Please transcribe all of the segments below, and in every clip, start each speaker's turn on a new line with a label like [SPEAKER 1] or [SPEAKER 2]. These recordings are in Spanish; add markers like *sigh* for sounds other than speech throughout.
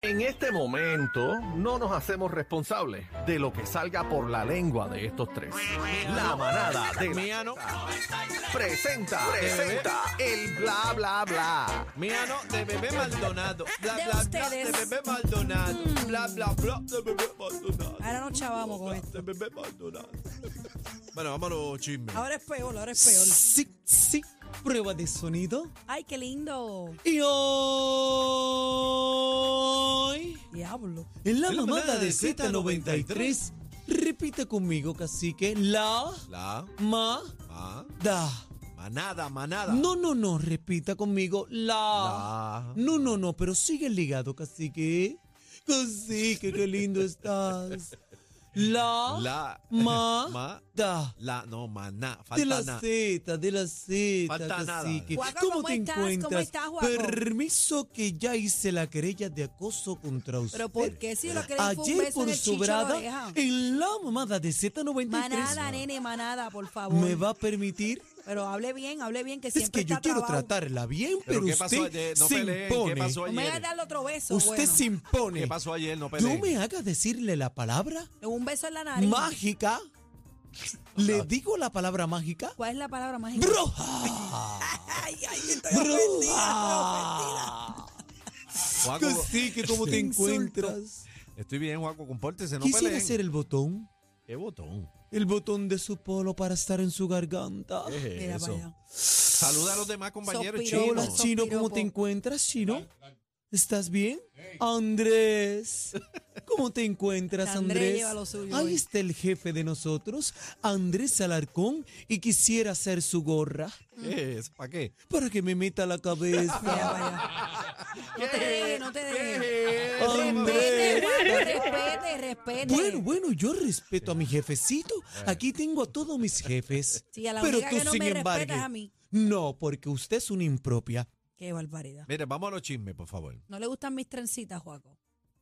[SPEAKER 1] En este momento no nos hacemos responsables de lo que salga por la lengua de estos tres. La manada de la
[SPEAKER 2] Mía no,
[SPEAKER 1] presenta, presenta el bla bla bla.
[SPEAKER 2] mía no, de bebé Maldonado. Bla, bla,
[SPEAKER 3] De
[SPEAKER 2] bla, de
[SPEAKER 3] ustedes. Mm.
[SPEAKER 2] bebé Maldonado. Bla, bla, bla, de bebé Maldonado.
[SPEAKER 3] Ahora nos chavamos con
[SPEAKER 2] Bla,
[SPEAKER 3] esto.
[SPEAKER 2] De bebé Maldonado. Bueno, vámonos, chisme.
[SPEAKER 3] Ahora es peor, ahora es peor.
[SPEAKER 4] Sí, sí, prueba de sonido.
[SPEAKER 3] Ay, qué lindo.
[SPEAKER 4] Y hoy,
[SPEAKER 3] Diablo.
[SPEAKER 4] en
[SPEAKER 2] En
[SPEAKER 4] la
[SPEAKER 2] la
[SPEAKER 4] mamada
[SPEAKER 2] manada
[SPEAKER 4] de
[SPEAKER 2] de
[SPEAKER 4] Z93, repite conmigo, cacique, la
[SPEAKER 2] La,
[SPEAKER 4] ma
[SPEAKER 2] ma,
[SPEAKER 4] da.
[SPEAKER 2] manada, manada.
[SPEAKER 4] No, no, no, repita conmigo, la.
[SPEAKER 2] La,
[SPEAKER 4] No, no, no, pero sigue ligado, cacique. Cacique, qué lindo estás. La,
[SPEAKER 2] la,
[SPEAKER 4] *laughs* ma,
[SPEAKER 2] ma,
[SPEAKER 4] da.
[SPEAKER 2] la, no, maná.
[SPEAKER 4] De
[SPEAKER 2] Falta
[SPEAKER 4] la
[SPEAKER 2] na.
[SPEAKER 4] Z, de la Z,
[SPEAKER 2] Falta nada.
[SPEAKER 4] cacique.
[SPEAKER 3] Guaco,
[SPEAKER 4] ¿Cómo,
[SPEAKER 3] ¿cómo
[SPEAKER 4] te
[SPEAKER 3] estás? ¿Cómo
[SPEAKER 4] encuentras?
[SPEAKER 3] estás, Guaco?
[SPEAKER 4] Permiso que ya hice la querella de acoso contra usted.
[SPEAKER 3] Pero ¿por qué si lo que le fue un
[SPEAKER 4] Ayer
[SPEAKER 3] beso en
[SPEAKER 4] por
[SPEAKER 3] el
[SPEAKER 4] su
[SPEAKER 3] chicho de
[SPEAKER 4] brada,
[SPEAKER 3] oreja?
[SPEAKER 4] en la mamada de Z93,
[SPEAKER 3] Manada, nene, manada, por favor.
[SPEAKER 4] me va a permitir...
[SPEAKER 3] Pero hable bien, hable bien, que
[SPEAKER 4] Es
[SPEAKER 3] siempre
[SPEAKER 4] que yo
[SPEAKER 3] está
[SPEAKER 4] quiero
[SPEAKER 3] trabado.
[SPEAKER 4] tratarla bien, pero,
[SPEAKER 2] Pero ¿qué pasó
[SPEAKER 4] usted
[SPEAKER 2] ayer? No
[SPEAKER 4] se
[SPEAKER 2] peleen. ¿Qué
[SPEAKER 4] impone.
[SPEAKER 2] pasó
[SPEAKER 3] No me voy a
[SPEAKER 2] ayer?
[SPEAKER 3] dar otro beso.
[SPEAKER 4] Usted
[SPEAKER 3] bueno.
[SPEAKER 4] se impone.
[SPEAKER 2] ¿Qué pasó pues, eh? ayer? No
[SPEAKER 4] No
[SPEAKER 2] peleen.
[SPEAKER 4] me haga decirle la palabra
[SPEAKER 3] Un beso en la nariz.
[SPEAKER 4] mágica. ¿Le digo la palabra mágica?
[SPEAKER 3] ¿Cuál es la palabra mágica?
[SPEAKER 4] ¡Bruja!
[SPEAKER 3] Ay, ay, estoy
[SPEAKER 4] ¡Bruja!
[SPEAKER 2] Juaco,
[SPEAKER 4] Así que como te encuentras.
[SPEAKER 2] estoy bien, Juaco, compórtese, no
[SPEAKER 4] Quisiera
[SPEAKER 2] peleen.
[SPEAKER 4] ser el botón,
[SPEAKER 2] ¿Qué botón?
[SPEAKER 4] el botón de su polo para estar en su garganta.
[SPEAKER 2] ¿Qué es
[SPEAKER 3] Mira para
[SPEAKER 2] eso?
[SPEAKER 3] allá.
[SPEAKER 2] Saluda a los demás compañeros
[SPEAKER 3] Sospiró,
[SPEAKER 2] chinos.
[SPEAKER 4] Hola
[SPEAKER 3] Piropo,
[SPEAKER 4] chino, ¿cómo
[SPEAKER 3] piropo.
[SPEAKER 4] te encuentras chino? ¿Estás bien?
[SPEAKER 2] *laughs*
[SPEAKER 4] Andrés, ¿cómo te encuentras
[SPEAKER 3] Andrés
[SPEAKER 4] Andrés?
[SPEAKER 3] lleva lo suyo
[SPEAKER 4] Ahí
[SPEAKER 3] hoy.
[SPEAKER 4] está el jefe de nosotros, Andrés Alarcón, y quisiera hacer su gorra
[SPEAKER 2] ¿Qué es? ¿Para qué?
[SPEAKER 4] para que me meta la
[SPEAKER 3] Mira
[SPEAKER 4] cabeza.
[SPEAKER 3] para allá. No te dejes, no te dejes. Respete,
[SPEAKER 4] Andrés.
[SPEAKER 3] Juan, respete, respete.
[SPEAKER 4] Bueno, bueno, yo respeto a mi jefecito. Aquí tengo a todos mis jefes.
[SPEAKER 3] Sí, a la
[SPEAKER 4] Pero
[SPEAKER 3] única
[SPEAKER 4] tú,
[SPEAKER 3] que no
[SPEAKER 4] sin
[SPEAKER 3] me
[SPEAKER 4] embargo,
[SPEAKER 3] respetas a mí.
[SPEAKER 4] no, porque usted es una impropia.
[SPEAKER 3] Qué barbaridad.
[SPEAKER 2] Mire, vamos a los chismes, por favor.
[SPEAKER 3] No le gustan mis trencitas, Juaco.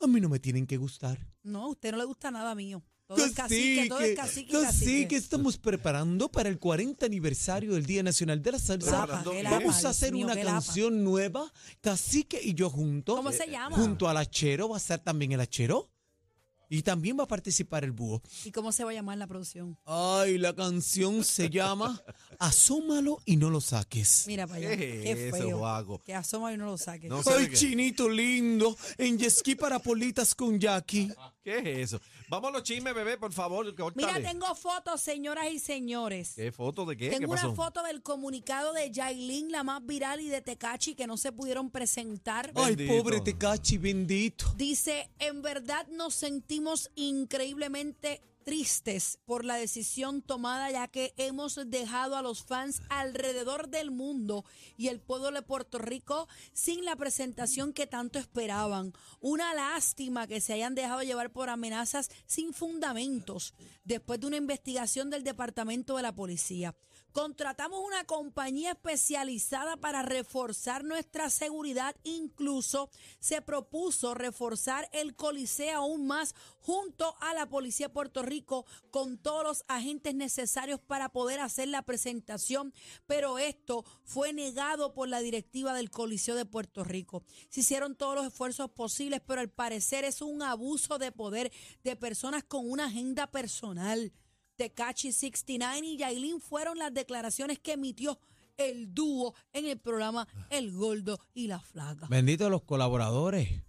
[SPEAKER 4] A mí no me tienen que gustar.
[SPEAKER 3] No, a usted no le gusta nada mío. Todo es cacique, todo es cacique,
[SPEAKER 4] cacique,
[SPEAKER 3] cacique.
[SPEAKER 4] estamos preparando para el 40 aniversario del Día Nacional de la Salsa.
[SPEAKER 3] Lapa, Ah, qué lapa,
[SPEAKER 4] Vamos
[SPEAKER 3] Dios
[SPEAKER 4] a hacer
[SPEAKER 3] mío,
[SPEAKER 4] una
[SPEAKER 3] qué lapa.
[SPEAKER 4] canción nueva, Cacique y yo juntos.
[SPEAKER 3] ¿Cómo se llama?
[SPEAKER 4] Junto al Achero va a estar también el Achero. Y también va a participar el Búho.
[SPEAKER 3] ¿Y cómo se va a llamar la producción?
[SPEAKER 4] Ay, la canción
[SPEAKER 3] *laughs*
[SPEAKER 4] se llama Asómalo y no lo saques.
[SPEAKER 3] Mira para allá.
[SPEAKER 2] ¿Qué
[SPEAKER 3] Qué
[SPEAKER 2] es eso,
[SPEAKER 3] feo.
[SPEAKER 2] Juaco?
[SPEAKER 3] Que asoma y no lo saque. Pues,
[SPEAKER 2] No sé.
[SPEAKER 4] Ay,
[SPEAKER 2] qué?
[SPEAKER 4] chinito lindo, en yesquí para politas con Jackie.
[SPEAKER 2] ¿Qué es eso? Vamos a los chismes, bebé, por favor.
[SPEAKER 3] Mira,
[SPEAKER 2] córtale.
[SPEAKER 3] tengo fotos, señoras y señores.
[SPEAKER 2] ¿Qué foto de qué? ¿Qué
[SPEAKER 3] Tengo
[SPEAKER 2] pasó?
[SPEAKER 3] una foto del comunicado de Yailin, la más viral, y de Tecachi, que no se pudieron presentar.
[SPEAKER 4] Ay,
[SPEAKER 2] Bendito.
[SPEAKER 4] pobre Tecachi, bendito.
[SPEAKER 3] Dice, en verdad nos sentimos increíblemente tristes por la decisión tomada ya que hemos dejado a los fans alrededor del mundo y el pueblo de Puerto Rico sin la presentación que tanto esperaban. Una lástima que se hayan dejado llevar por amenazas sin fundamentos después de una investigación del Departamento de la Policía. Contratamos una compañía especializada para reforzar nuestra seguridad. Incluso se propuso reforzar el Coliseo aún más junto a la Policía de Puerto Rico con todos los agentes necesarios para poder hacer la presentación. Pero esto fue negado por la directiva del Coliseo de Puerto Rico. Se hicieron todos los esfuerzos posibles, pero al parecer es un abuso de poder de personas con una agenda personal. Tecachi 69 y Yailin fueron las declaraciones que emitió el dúo en el programa El Gordo y la Flaca.
[SPEAKER 4] Bendito los colaboradores.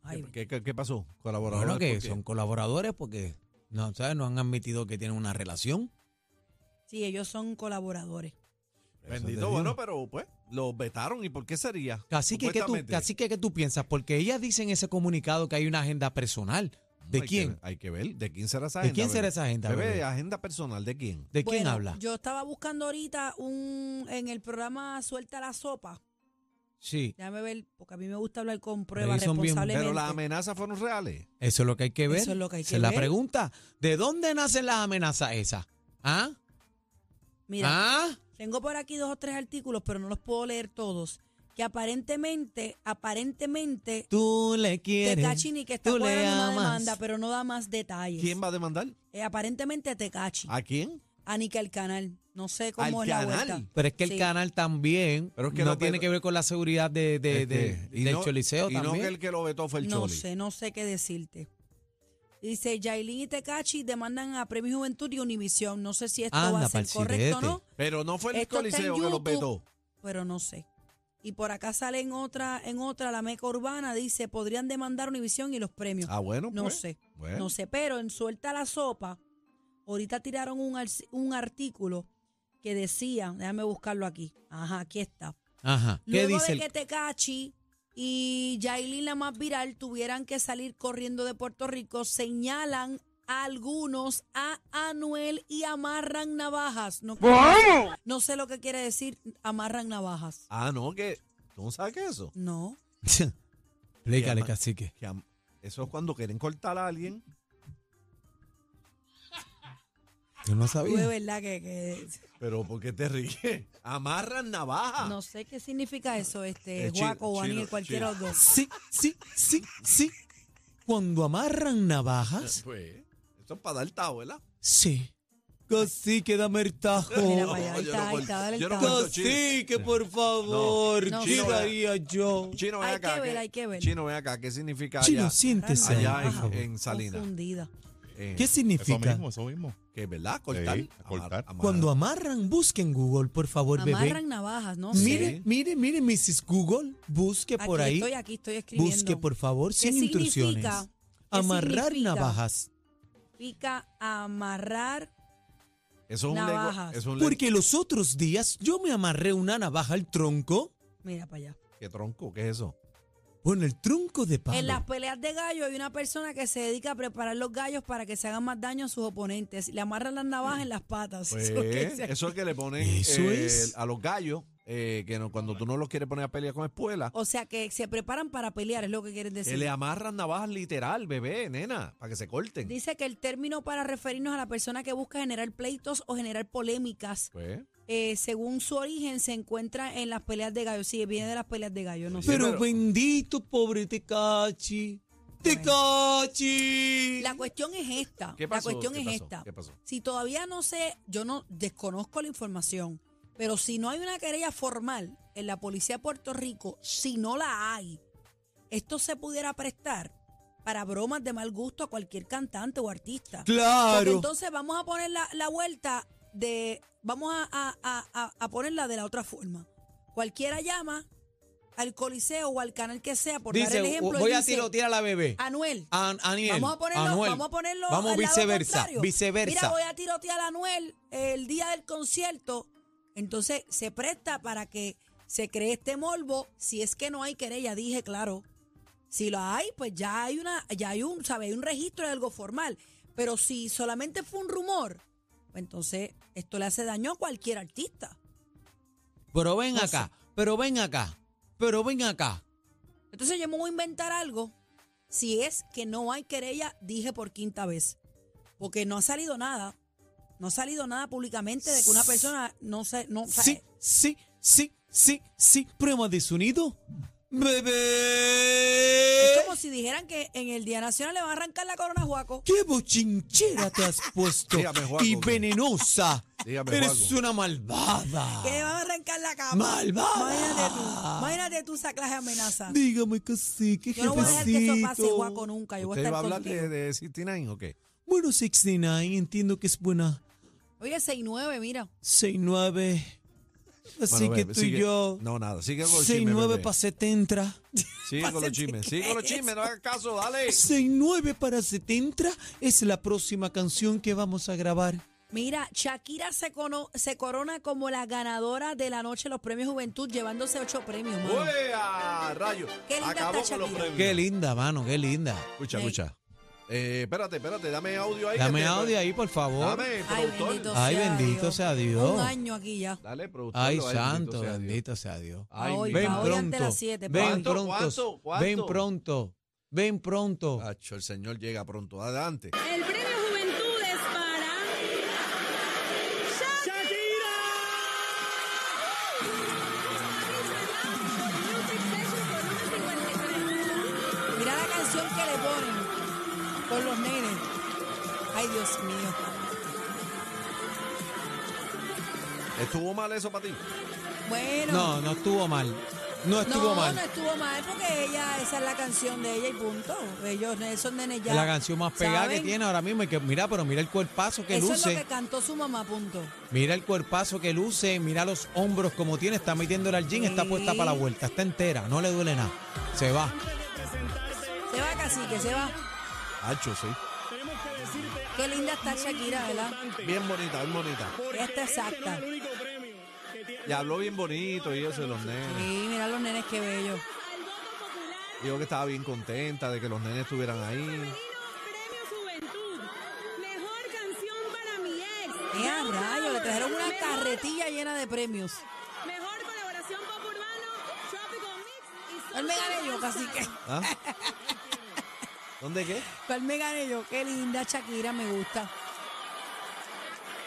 [SPEAKER 3] Ay,
[SPEAKER 2] ¿Qué, qué, qué pasó? Colaborador.
[SPEAKER 4] Bueno, que son colaboradores porque no, ¿sabes? no han admitido que tienen una relación.
[SPEAKER 3] sí, ellos son colaboradores.
[SPEAKER 2] Bendito, bueno, pero pues los vetaron. ¿Y por qué sería?
[SPEAKER 4] Así que, ¿qué tú,
[SPEAKER 2] Supuestamente.
[SPEAKER 4] así que, ¿qué tú piensas? Porque ellas dicen en ese comunicado que hay una agenda personal. ¿De
[SPEAKER 2] Hay que
[SPEAKER 4] quién?
[SPEAKER 2] ver, hay que ver. ¿De quién será esa
[SPEAKER 4] ¿De
[SPEAKER 2] agenda?
[SPEAKER 4] quién será
[SPEAKER 2] bebé?
[SPEAKER 4] esa agenda,
[SPEAKER 2] Bebé,
[SPEAKER 4] bebé?
[SPEAKER 2] agenda personal. ¿De quién?
[SPEAKER 4] ¿De quién
[SPEAKER 3] Bueno,
[SPEAKER 4] habla?
[SPEAKER 3] Yo estaba buscando ahorita un en el programa Suelta la Sopa.
[SPEAKER 4] Sí,
[SPEAKER 3] Déjame ver, porque a mí me gusta hablar con
[SPEAKER 4] ahí
[SPEAKER 3] pruebas
[SPEAKER 4] son bien-
[SPEAKER 3] responsablemente.
[SPEAKER 2] Pero las amenazas fueron reales.
[SPEAKER 4] eso es lo que hay que ver.
[SPEAKER 3] Eso es lo que hay
[SPEAKER 4] Esa
[SPEAKER 3] que
[SPEAKER 4] la
[SPEAKER 3] ver.
[SPEAKER 4] pregunta. ¿De dónde nacen las amenazas esas? ¿Ah?
[SPEAKER 3] Mira,
[SPEAKER 4] ¿Ah?
[SPEAKER 3] tengo por aquí dos o tres artículos, pero no los puedo leer todos. Que aparentemente, aparentemente,
[SPEAKER 4] Tú le quieres.
[SPEAKER 3] Tecachi que está
[SPEAKER 4] tú le
[SPEAKER 3] fuera de una
[SPEAKER 4] amas.
[SPEAKER 3] demanda, pero no da más detalles.
[SPEAKER 2] ¿Quién va a demandar?
[SPEAKER 3] Eh, aparentemente Tecachi,
[SPEAKER 2] ¿A quién?
[SPEAKER 3] a Nickel Canal. No sé cómo
[SPEAKER 2] Al
[SPEAKER 3] es la
[SPEAKER 2] canal.
[SPEAKER 3] vuelta.
[SPEAKER 4] Pero es que el
[SPEAKER 3] Sí.
[SPEAKER 4] canal también
[SPEAKER 2] Pero es que
[SPEAKER 4] no
[SPEAKER 2] no,
[SPEAKER 4] tiene
[SPEAKER 2] pero-
[SPEAKER 4] que ver con la seguridad de, de, de-
[SPEAKER 2] Este, y
[SPEAKER 4] del
[SPEAKER 2] no-
[SPEAKER 4] Choliseo
[SPEAKER 2] y no
[SPEAKER 4] también.
[SPEAKER 2] que el que lo vetó fue el
[SPEAKER 3] No
[SPEAKER 2] Choli.
[SPEAKER 3] sé, no sé qué decirte. Dice, Yailin y Tecachi demandan a Premio Juventud y Univisión. No sé si esto va
[SPEAKER 4] Anda,
[SPEAKER 3] a ser
[SPEAKER 4] pa'l
[SPEAKER 3] correcto o
[SPEAKER 4] chirete.
[SPEAKER 3] no,
[SPEAKER 2] Pero no fue el
[SPEAKER 3] Esto está en
[SPEAKER 2] Choliseo que lo
[SPEAKER 3] YouTube.
[SPEAKER 2] vetó.
[SPEAKER 3] pero no sé. Y por acá sale en otra, en otra, la meca urbana, dice, podrían demandar Univisión y los premios.
[SPEAKER 2] Ah, bueno,
[SPEAKER 3] no
[SPEAKER 2] pues.
[SPEAKER 3] sé,
[SPEAKER 2] Bueno.
[SPEAKER 3] no sé. Pero en Suelta la Sopa, ahorita tiraron un, arci- un artículo que decía, déjame buscarlo aquí. Ajá, aquí está.
[SPEAKER 4] Ajá. ¿Qué
[SPEAKER 3] Luego
[SPEAKER 4] dice
[SPEAKER 3] de que
[SPEAKER 4] *laughs* el
[SPEAKER 3] Tecachi y Yailin la más viral tuvieran que salir corriendo de Puerto Rico, señalan a algunos a Anuel y amarran navajas. No, no sé lo que quiere decir amarran navajas.
[SPEAKER 2] Ah, no, que. ¿Tú no sabes qué es eso?
[SPEAKER 3] No.
[SPEAKER 4] Explícale,
[SPEAKER 2] ama-
[SPEAKER 4] cacique.
[SPEAKER 2] Que am- eso es cuando quieren cortar a alguien.
[SPEAKER 4] Yo no
[SPEAKER 3] Tú de
[SPEAKER 4] sabía.
[SPEAKER 3] verdad que, que-
[SPEAKER 2] Pero ¿por qué te ríes? *laughs* Amarran navaja.
[SPEAKER 3] no sé qué significa eso, este
[SPEAKER 2] Ah. Eh, chi-
[SPEAKER 3] Guaco o
[SPEAKER 2] chino,
[SPEAKER 3] Aníbal, cualquiera de
[SPEAKER 2] chino.
[SPEAKER 3] los
[SPEAKER 4] *laughs*
[SPEAKER 3] dos.
[SPEAKER 4] Sí, sí, sí, sí. Cuando amarran navajas,
[SPEAKER 2] Pues, eso es para dar tajo, ¿verdad?
[SPEAKER 4] sí. Cacique, dame el
[SPEAKER 3] Mira
[SPEAKER 4] tajo.
[SPEAKER 3] para allá, ahí
[SPEAKER 2] yo
[SPEAKER 3] está,
[SPEAKER 2] no
[SPEAKER 3] ahí está, dale el
[SPEAKER 2] yo no
[SPEAKER 3] tajo.
[SPEAKER 2] cuento chino.
[SPEAKER 4] Cacique, por favor.
[SPEAKER 3] No,
[SPEAKER 4] ¿Qué
[SPEAKER 3] Chino,
[SPEAKER 4] daría yo?
[SPEAKER 2] Chino, ven
[SPEAKER 3] Hay
[SPEAKER 2] acá.
[SPEAKER 3] que ver, hay que ver.
[SPEAKER 2] Chino, ven acá. ¿Qué significa
[SPEAKER 4] Chino,
[SPEAKER 2] allá?
[SPEAKER 4] siéntese.
[SPEAKER 3] Allá
[SPEAKER 4] por
[SPEAKER 2] allá
[SPEAKER 4] favor.
[SPEAKER 2] en, en Salinas.
[SPEAKER 3] Confundida.
[SPEAKER 2] Eh,
[SPEAKER 4] ¿Qué
[SPEAKER 5] Eso
[SPEAKER 4] significa?
[SPEAKER 5] mismo, eso mismo.
[SPEAKER 2] que, ¿verdad? Cortar.
[SPEAKER 5] Sí, cortar.
[SPEAKER 2] amar-
[SPEAKER 4] Cuando amarran, busquen Google, por favor, bebé.
[SPEAKER 3] Amarran navajas, no sé.
[SPEAKER 4] Mire, mire, mire, Mrs. Google, busque
[SPEAKER 3] Aquí
[SPEAKER 4] por ahí.
[SPEAKER 3] estoy, aquí estoy escribiendo.
[SPEAKER 4] Busque, por favor, sin
[SPEAKER 3] significa?
[SPEAKER 4] intrusiones.
[SPEAKER 3] ¿Qué
[SPEAKER 4] Amarrar
[SPEAKER 3] significa?
[SPEAKER 4] navajas.
[SPEAKER 3] Pica, amarrar
[SPEAKER 2] Eso es un lengua.
[SPEAKER 3] Navajas.
[SPEAKER 2] Es un lengua.
[SPEAKER 4] Porque los otros días yo me amarré una navaja al tronco.
[SPEAKER 3] Mira para allá.
[SPEAKER 2] ¿Qué tronco? ¿Qué es eso?
[SPEAKER 4] Bueno, el tronco de palo.
[SPEAKER 3] En las peleas de gallo hay una persona que se dedica a preparar los gallos para que se hagan más daño a sus oponentes. Le amarran las navajas en las patas. *laughs*
[SPEAKER 2] Pues,
[SPEAKER 3] *laughs* Eso que se-
[SPEAKER 2] eso es que le ponen
[SPEAKER 4] Eso
[SPEAKER 2] eh,
[SPEAKER 4] es.
[SPEAKER 2] a los gallos. eh, que no- cuando tú no los quieres poner a pelear con espuela,
[SPEAKER 3] O sea que se preparan para pelear, es lo que quieren
[SPEAKER 2] eh,
[SPEAKER 3] decir.
[SPEAKER 2] le amarran navajas literal, bebé, nena, para que se corten.
[SPEAKER 3] Dice que el término para referirnos a la persona que busca generar pleitos o generar polémicas,
[SPEAKER 2] Pues,
[SPEAKER 3] eh, según su origen, se encuentra en las peleas de gallo. Sí, viene de las peleas de gallo, no sé.
[SPEAKER 4] pero,
[SPEAKER 2] pero-
[SPEAKER 4] bendito, pobre Tecachi. Tecachi.
[SPEAKER 3] La cuestión es esta.
[SPEAKER 2] ¿qué pasó?
[SPEAKER 3] La cuestión
[SPEAKER 2] ¿Qué
[SPEAKER 3] es
[SPEAKER 2] pasó?
[SPEAKER 3] esta.
[SPEAKER 2] ¿Qué pasó?
[SPEAKER 3] Si todavía no sé, yo no desconozco la información, pero si no hay una querella formal en la policía de Puerto Rico, si no la hay, esto se pudiera prestar para bromas de mal gusto a cualquier cantante o artista. Porque
[SPEAKER 4] Claro.
[SPEAKER 3] entonces vamos a poner la, la vuelta de, vamos a, a- a- a- a ponerla de la otra forma. Cualquiera llama al coliseo o al canal que sea, por dar
[SPEAKER 4] Dice,
[SPEAKER 3] el ejemplo, y
[SPEAKER 4] voy a
[SPEAKER 3] dice,
[SPEAKER 4] tirotear Ah, a la bebé.
[SPEAKER 3] Anuel.
[SPEAKER 4] An- Aniel,
[SPEAKER 3] Vamos a ponerlo,
[SPEAKER 4] Anuel.
[SPEAKER 3] vamos a ponerlo
[SPEAKER 4] Vamos
[SPEAKER 3] al lado
[SPEAKER 4] viceversa,
[SPEAKER 3] contrario.
[SPEAKER 4] viceversa.
[SPEAKER 3] Mira, voy a tirotear a Anuel el día del concierto. Entonces se presta para que se cree este morbo. Si es que no hay querella, dije, claro. Si lo hay, pues ya hay una, ya hay un, sabe, hay un registro de algo formal. Pero si solamente fue un rumor, pues entonces esto le hace daño a cualquier artista.
[SPEAKER 4] Pero ven
[SPEAKER 3] No sé.
[SPEAKER 4] acá, pero ven acá, pero ven acá.
[SPEAKER 3] Entonces yo me voy a inventar algo. Si es que no hay querella, dije por quinta vez. Porque no ha salido nada. No ha salido nada públicamente de que una persona no se. No, o sea,
[SPEAKER 4] Sí, sí, sí, sí, sí. Prueba de sonido. Bebé.
[SPEAKER 3] Es como si dijeran que en el Día Nacional le van a arrancar la corona a Juaco.
[SPEAKER 4] ¡Qué bochinchera te has puesto!
[SPEAKER 2] Dígame, Juaco,
[SPEAKER 4] y
[SPEAKER 2] ¿qué?
[SPEAKER 4] venenosa.
[SPEAKER 2] Dígame,
[SPEAKER 4] Eres
[SPEAKER 2] Juaco.
[SPEAKER 4] una malvada.
[SPEAKER 3] Que le van a arrancar la capa.
[SPEAKER 4] ¡Malvada!
[SPEAKER 3] Imagínate tú. Imagínate tú esa clase de amenaza.
[SPEAKER 4] Dígame que sí, que
[SPEAKER 3] Yo no voy a dejar que eso pase,
[SPEAKER 4] jefecito.
[SPEAKER 3] Juaco, nunca. Yo voy a
[SPEAKER 2] ¿Usted va a
[SPEAKER 3] estar
[SPEAKER 2] hablar
[SPEAKER 3] contigo.
[SPEAKER 2] de, de 69 o qué?
[SPEAKER 4] Bueno, 69, entiendo que es buena.
[SPEAKER 3] Oye, 6-9, mira.
[SPEAKER 4] 69. Así
[SPEAKER 2] Bueno,
[SPEAKER 4] que
[SPEAKER 2] bebé,
[SPEAKER 4] tú
[SPEAKER 2] sigue-
[SPEAKER 4] y yo.
[SPEAKER 2] No, nada, sigue con los chismes.
[SPEAKER 4] 69
[SPEAKER 2] bebé. *laughs*
[SPEAKER 4] para 70.
[SPEAKER 2] Sigue con los
[SPEAKER 3] Pásate,
[SPEAKER 2] chismes,
[SPEAKER 3] ¿qué
[SPEAKER 2] sigue con los
[SPEAKER 3] es
[SPEAKER 2] chismes, no hagas caso, dale.
[SPEAKER 4] 69 para 70 es la próxima canción que vamos a grabar.
[SPEAKER 3] Mira, Shakira se, cono- se corona como la ganadora de la noche de los premios Juventud, llevándose ocho premios, mano.
[SPEAKER 2] ¡Ué, a rayo!
[SPEAKER 3] Qué linda
[SPEAKER 2] Acabó
[SPEAKER 3] está
[SPEAKER 2] con los
[SPEAKER 3] Shakira.
[SPEAKER 2] premios.
[SPEAKER 4] Qué linda, mano, qué linda.
[SPEAKER 2] Escucha,
[SPEAKER 3] Ey.
[SPEAKER 2] escucha. Eh, espérate, espérate, dame audio ahí. que
[SPEAKER 4] Dame
[SPEAKER 2] te-
[SPEAKER 4] audio ahí, por favor.
[SPEAKER 2] Dame,
[SPEAKER 3] Ay,
[SPEAKER 2] productor.
[SPEAKER 3] bendito
[SPEAKER 4] Ay, bendito sea Dios.
[SPEAKER 3] Un año aquí ya.
[SPEAKER 2] Dale, productor.
[SPEAKER 4] Ay,
[SPEAKER 2] bendito sea
[SPEAKER 4] santo,
[SPEAKER 2] Dios.
[SPEAKER 4] bendito sea Dios.
[SPEAKER 2] Ay,
[SPEAKER 3] Hoy,
[SPEAKER 2] mi
[SPEAKER 4] Ven
[SPEAKER 3] pa'
[SPEAKER 2] madre.
[SPEAKER 3] hoy antes de
[SPEAKER 4] pronto.
[SPEAKER 3] las siete, pa'
[SPEAKER 4] Ven
[SPEAKER 3] hoy.
[SPEAKER 2] ¿Cuánto,
[SPEAKER 4] pronto.
[SPEAKER 2] cuánto, cuánto?
[SPEAKER 4] Ven pronto. Ven pronto.
[SPEAKER 2] Acho, el señor llega pronto. Adelante.
[SPEAKER 5] El premio Juventud es para.
[SPEAKER 3] Mira la canción que le ponen con los nenes. Ay, Dios mío.
[SPEAKER 2] ¿Estuvo mal eso para ti?
[SPEAKER 3] Bueno.
[SPEAKER 4] No, no estuvo mal. No estuvo
[SPEAKER 3] no,
[SPEAKER 4] mal.
[SPEAKER 3] no estuvo mal porque ella, esa es la canción de ella y punto. Ellos, esos nenes ya.
[SPEAKER 4] Es la canción más pegada que
[SPEAKER 3] ¿saben?
[SPEAKER 4] tiene ahora mismo. y que, mira, pero mira el cuerpazo que
[SPEAKER 3] Eso
[SPEAKER 4] luce.
[SPEAKER 3] es lo que cantó su mamá, punto.
[SPEAKER 4] Mira el cuerpazo que luce. Mira los hombros como tiene. Está metiéndole al jean. Está puesta
[SPEAKER 3] Sí.
[SPEAKER 4] para la vuelta. Está entera. No le duele nada. Se va.
[SPEAKER 3] Se va cacique, se va.
[SPEAKER 2] Acho, sí.
[SPEAKER 3] Qué linda está Shakira, ¿verdad?
[SPEAKER 2] Bien bonita, bien bonita.
[SPEAKER 3] Ella está exacta.
[SPEAKER 2] Y habló bien bonito y eso de los nenes.
[SPEAKER 3] Sí, mira los nenes, qué bello.
[SPEAKER 2] Dijo que estaba bien contenta de que los nenes estuvieran ahí.
[SPEAKER 5] Premio Juventud. Mejor canción para mi ex.
[SPEAKER 3] ¡Eh, a rayos! Le trajeron una
[SPEAKER 5] Mejor-
[SPEAKER 3] carretilla llena de premios.
[SPEAKER 5] Mejor colaboración pop urbano, Tropical Mix y
[SPEAKER 3] ¿Cuál me gané yo, cacique?
[SPEAKER 2] ¿Ah? ¿Dónde qué?
[SPEAKER 3] ¿Cuál me gané yo? Qué linda Shakira, me gusta.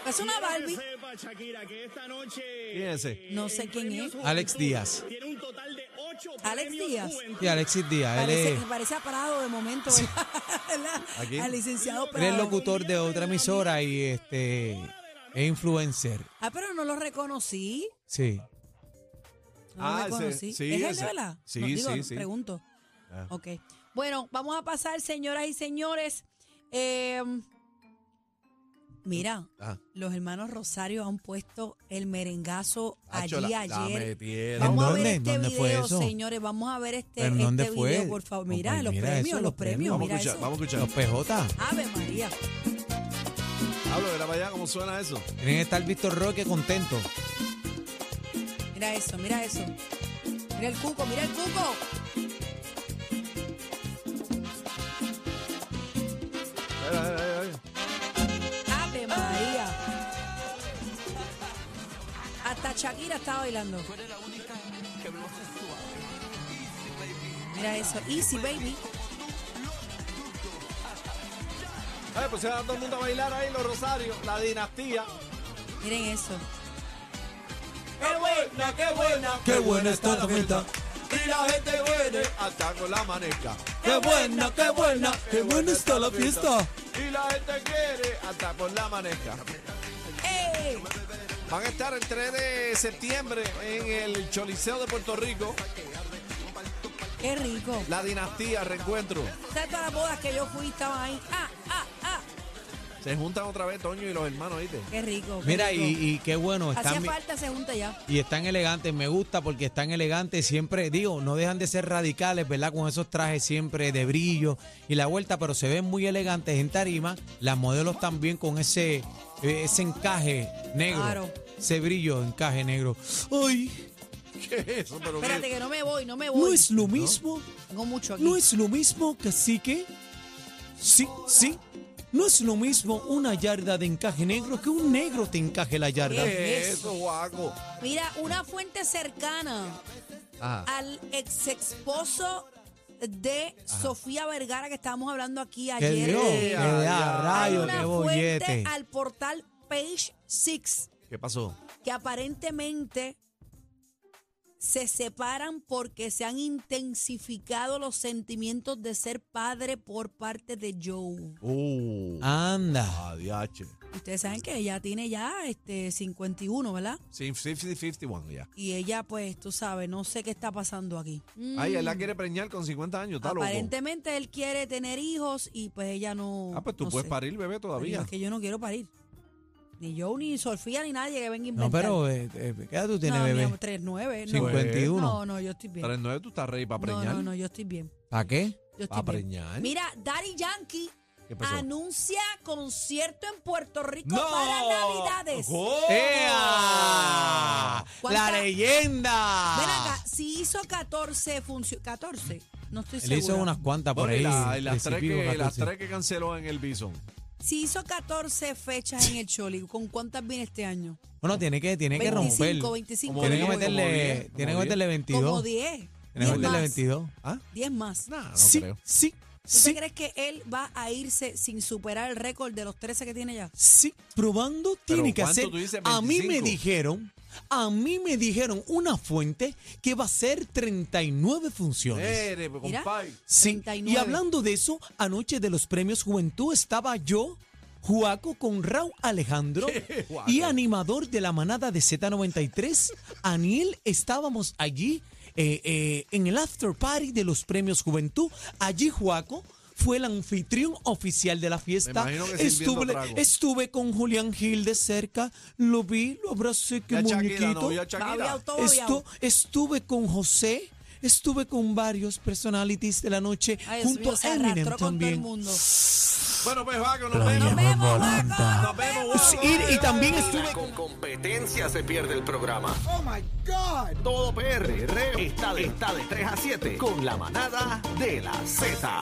[SPEAKER 3] Es una Barbie.
[SPEAKER 6] sepa, Shakira, que esta noche.
[SPEAKER 2] ¿Quién es ese?
[SPEAKER 3] No sé quién es.
[SPEAKER 4] Alex Díaz.
[SPEAKER 6] Tiene un total de ocho
[SPEAKER 3] Alex
[SPEAKER 6] premios
[SPEAKER 3] Díaz.
[SPEAKER 6] Juventud.
[SPEAKER 4] Y Alexis Díaz. Él
[SPEAKER 3] Parece,
[SPEAKER 4] es,
[SPEAKER 3] parece a Prado de momento, ¿verdad? ¿Verdad? *laughs*
[SPEAKER 2] ¿A quién?
[SPEAKER 3] Al licenciado
[SPEAKER 4] él es
[SPEAKER 3] Prado.
[SPEAKER 4] locutor de otra emisora y este es influencer.
[SPEAKER 3] Ah, pero no lo reconocí.
[SPEAKER 4] Sí.
[SPEAKER 3] No lo
[SPEAKER 2] Ah, ese,
[SPEAKER 3] reconocí.
[SPEAKER 2] sí,
[SPEAKER 3] ¿Es él
[SPEAKER 2] ese.
[SPEAKER 3] de verdad?
[SPEAKER 2] Sí,
[SPEAKER 3] No, digo,
[SPEAKER 2] sí,
[SPEAKER 3] no,
[SPEAKER 2] sí.
[SPEAKER 3] Pregunto.
[SPEAKER 2] Ah.
[SPEAKER 3] Ok. Bueno, vamos a pasar, señoras y señores. Eh, mira,
[SPEAKER 2] Ah.
[SPEAKER 3] los hermanos Rosario han puesto el merengazo
[SPEAKER 2] Acho,
[SPEAKER 3] allí
[SPEAKER 2] la- la
[SPEAKER 3] ayer.
[SPEAKER 2] metieron.
[SPEAKER 3] Vamos a
[SPEAKER 4] ¿En
[SPEAKER 3] ver
[SPEAKER 4] dónde?
[SPEAKER 3] este
[SPEAKER 4] ¿Dónde
[SPEAKER 3] video,
[SPEAKER 4] fue eso?
[SPEAKER 3] señores. Vamos a ver este,
[SPEAKER 4] ¿Pero en
[SPEAKER 3] este
[SPEAKER 4] dónde fue?
[SPEAKER 3] video, por favor.
[SPEAKER 4] No,
[SPEAKER 3] Mira,
[SPEAKER 4] pues,
[SPEAKER 3] los
[SPEAKER 4] mira
[SPEAKER 3] premios,
[SPEAKER 4] eso,
[SPEAKER 3] los
[SPEAKER 4] los premios.
[SPEAKER 3] premios.
[SPEAKER 2] Vamos a
[SPEAKER 3] Mira
[SPEAKER 2] escuchar,
[SPEAKER 3] eso.
[SPEAKER 2] vamos a escuchar.
[SPEAKER 4] Los PJ.
[SPEAKER 3] Ave María.
[SPEAKER 2] Hablo, era para allá, ¿cómo suena eso?
[SPEAKER 4] Tienen que estar Víctor Roque contento.
[SPEAKER 3] Mira eso, mira eso. Mira el cuco, mira el cuco.
[SPEAKER 2] Ay, ay, ay, ay.
[SPEAKER 3] Ave María. Hasta Shakira está bailando. Mira eso, easy baby.
[SPEAKER 2] Ay, pues se va todo el mundo a bailar ahí, los Rosarios, la dinastía.
[SPEAKER 3] Miren eso.
[SPEAKER 2] ¡Qué buena, qué buena!
[SPEAKER 4] Qué buena está la fiesta.
[SPEAKER 2] Y la gente viene hasta con la maneca.
[SPEAKER 4] Qué buena, qué buena, qué buena está la fiesta.
[SPEAKER 2] Y la gente quiere hasta con la maneca.
[SPEAKER 3] ¡Ey!
[SPEAKER 2] Van a estar el 3 de septiembre en el Choliseo de Puerto Rico.
[SPEAKER 3] ¡Qué rico!
[SPEAKER 2] La dinastía, reencuentro.
[SPEAKER 3] ¿Sabes todas las bodas que yo fui estaban ahí? ¡Ah, ah, ah!
[SPEAKER 2] Se juntan otra vez Toño y los hermanos, ¿viste?
[SPEAKER 3] ¡Qué rico! qué
[SPEAKER 4] Mira, y,
[SPEAKER 3] rico.
[SPEAKER 4] y qué bueno.
[SPEAKER 3] Hacía
[SPEAKER 4] Están, mi-
[SPEAKER 3] falta se junta ya.
[SPEAKER 4] y están elegantes. Me gusta porque están elegantes. Siempre, digo, no dejan de ser radicales, ¿verdad? Con esos trajes siempre de brillo y la vuelta, pero se ven muy elegantes en tarima. Las modelos también con ese, eh, ese encaje negro.
[SPEAKER 3] Claro.
[SPEAKER 4] Ese brillo, encaje negro. ¡Ay!
[SPEAKER 2] ¿Qué es *laughs* eso? Pero qué-
[SPEAKER 3] Espérate que no me voy, no me voy.
[SPEAKER 4] No es lo mismo.
[SPEAKER 3] Tengo mucho aquí.
[SPEAKER 4] No es lo mismo, cacique. Sí, sí. No es lo mismo una yarda de encaje negro que un negro te encaje la yarda.
[SPEAKER 3] Eh,
[SPEAKER 2] ¿Qué es eso, guaco?
[SPEAKER 3] Mira, una fuente cercana
[SPEAKER 2] Ajá.
[SPEAKER 3] al ex esposo de Sofía Vergara que estábamos hablando aquí
[SPEAKER 4] ¡Qué
[SPEAKER 3] ayer.
[SPEAKER 4] Dios!
[SPEAKER 3] Eh,
[SPEAKER 4] ¡Qué da
[SPEAKER 3] Hay
[SPEAKER 4] rayo!
[SPEAKER 3] una
[SPEAKER 4] ¡Qué
[SPEAKER 3] fuente
[SPEAKER 4] bollete!
[SPEAKER 3] al portal Page Six
[SPEAKER 2] ¿Qué pasó?
[SPEAKER 3] que aparentemente se separan porque se han intensificado los sentimientos de ser padre por parte de Joe.
[SPEAKER 2] Uh,
[SPEAKER 4] Anda.
[SPEAKER 2] adiache.
[SPEAKER 3] Ustedes saben que ella tiene ya este 51, ¿verdad?
[SPEAKER 2] Sí, 50-51 ya.
[SPEAKER 3] Y ella, pues, tú sabes, no sé qué está pasando aquí.
[SPEAKER 4] Mm.
[SPEAKER 2] Ay,
[SPEAKER 3] Mm.
[SPEAKER 2] él la quiere preñar con 50 años, Ah, está loco.
[SPEAKER 3] Aparentemente él quiere tener hijos y pues ella no.
[SPEAKER 2] Ah, pues tú
[SPEAKER 3] no
[SPEAKER 2] puedes
[SPEAKER 3] sé.
[SPEAKER 2] parir, bebé,
[SPEAKER 3] Pero
[SPEAKER 2] todavía.
[SPEAKER 3] Es que yo no quiero parir. Ni yo, ni Sofía, ni nadie que venga a
[SPEAKER 4] No,
[SPEAKER 3] inventar.
[SPEAKER 4] pero eh, eh, ¿qué edad tú tienes,
[SPEAKER 3] no, mi
[SPEAKER 4] bebé?
[SPEAKER 3] amor, 39, no.
[SPEAKER 4] 51.
[SPEAKER 3] No, no, yo estoy bien.
[SPEAKER 2] 39, tú estás rey para
[SPEAKER 3] no,
[SPEAKER 2] preñar.
[SPEAKER 3] no, no, yo estoy bien.
[SPEAKER 4] ¿Para qué?
[SPEAKER 3] Yo estoy
[SPEAKER 2] ¿Para
[SPEAKER 3] bien.
[SPEAKER 2] preñar?
[SPEAKER 3] Mira, Daddy Yankee
[SPEAKER 2] ¿Qué pasó?
[SPEAKER 3] anuncia concierto en Puerto Rico para Navidades.
[SPEAKER 2] ¿Cómo?
[SPEAKER 4] ¡Ea!
[SPEAKER 3] ¿Cuánta-
[SPEAKER 4] ¡La leyenda!
[SPEAKER 3] Ven acá, si hizo 14 funciones. 14. No estoy
[SPEAKER 4] Él hizo
[SPEAKER 3] segura.
[SPEAKER 4] unas cuantas por
[SPEAKER 2] Bueno, y
[SPEAKER 4] ahí.
[SPEAKER 2] la- y las, tres
[SPEAKER 4] 13 y pico,
[SPEAKER 2] que, las
[SPEAKER 4] 14.
[SPEAKER 2] tres que canceló en el Bison.
[SPEAKER 3] Si hizo 14 fechas en el Choli, ¿con cuántas viene este año?
[SPEAKER 4] Bueno, tiene que, tiene que
[SPEAKER 3] 25,
[SPEAKER 4] romper.
[SPEAKER 3] 25.
[SPEAKER 4] Tiene que
[SPEAKER 2] Como diez, como
[SPEAKER 4] meterle,
[SPEAKER 2] diez,
[SPEAKER 4] tiene que
[SPEAKER 2] como
[SPEAKER 4] meterle 22.
[SPEAKER 3] Como 10.
[SPEAKER 4] Tiene que
[SPEAKER 3] 10
[SPEAKER 4] meterle
[SPEAKER 3] más.
[SPEAKER 4] 22. ¿Ah?
[SPEAKER 3] Diez más.
[SPEAKER 2] Nah, no
[SPEAKER 4] sí,
[SPEAKER 2] creo.
[SPEAKER 4] sí,
[SPEAKER 3] ¿Tú
[SPEAKER 4] sí,
[SPEAKER 3] te crees que él va a irse sin superar el récord de los 13 que tiene ya?
[SPEAKER 4] sí. Probando
[SPEAKER 2] Pero
[SPEAKER 4] tiene que
[SPEAKER 2] ¿cuánto
[SPEAKER 4] hacer.
[SPEAKER 2] tú dices,
[SPEAKER 4] A mí me
[SPEAKER 2] 25?
[SPEAKER 4] dijeron, a mí me dijeron una fuente que va a ser 39 funciones.
[SPEAKER 2] Eres, pues,
[SPEAKER 3] Mira.
[SPEAKER 2] compadre.
[SPEAKER 4] Sí,
[SPEAKER 3] 39.
[SPEAKER 4] y hablando de eso, anoche de los premios Juventud estaba yo, Juaco, con Raúl
[SPEAKER 2] *laughs*
[SPEAKER 4] Alejandro
[SPEAKER 2] Juaco?
[SPEAKER 4] y animador de la manada de Z93, Aniel, estábamos allí eh, eh, en el after party de los premios Juventud. Allí Juaco fue el anfitrión oficial de la fiesta.
[SPEAKER 2] imagino que sirviendo
[SPEAKER 4] Estuve,
[SPEAKER 2] trago.
[SPEAKER 4] estuve con Julián Gil de cerca, lo vi, lo abracé, qué
[SPEAKER 2] Ya Shakira, no,
[SPEAKER 4] muñequito.
[SPEAKER 2] ya Shakira.
[SPEAKER 3] Babiao, todo babiao.
[SPEAKER 4] Estu- estuve con José, estuve con varios personalities de la noche,
[SPEAKER 3] Ay, Dios
[SPEAKER 4] junto
[SPEAKER 3] mío, se
[SPEAKER 4] a Eminem
[SPEAKER 3] arrastró con todo el
[SPEAKER 4] también.
[SPEAKER 3] mundo.
[SPEAKER 2] Bueno, pues, Vago, nos vemos.
[SPEAKER 3] vemos,
[SPEAKER 2] Nos vemos, Vago.
[SPEAKER 4] Sí, y- y también estuve
[SPEAKER 1] Con competencia se pierde el programa. Oh my God. Todo PR está de, está de 3 a 7 con la manada de la Z.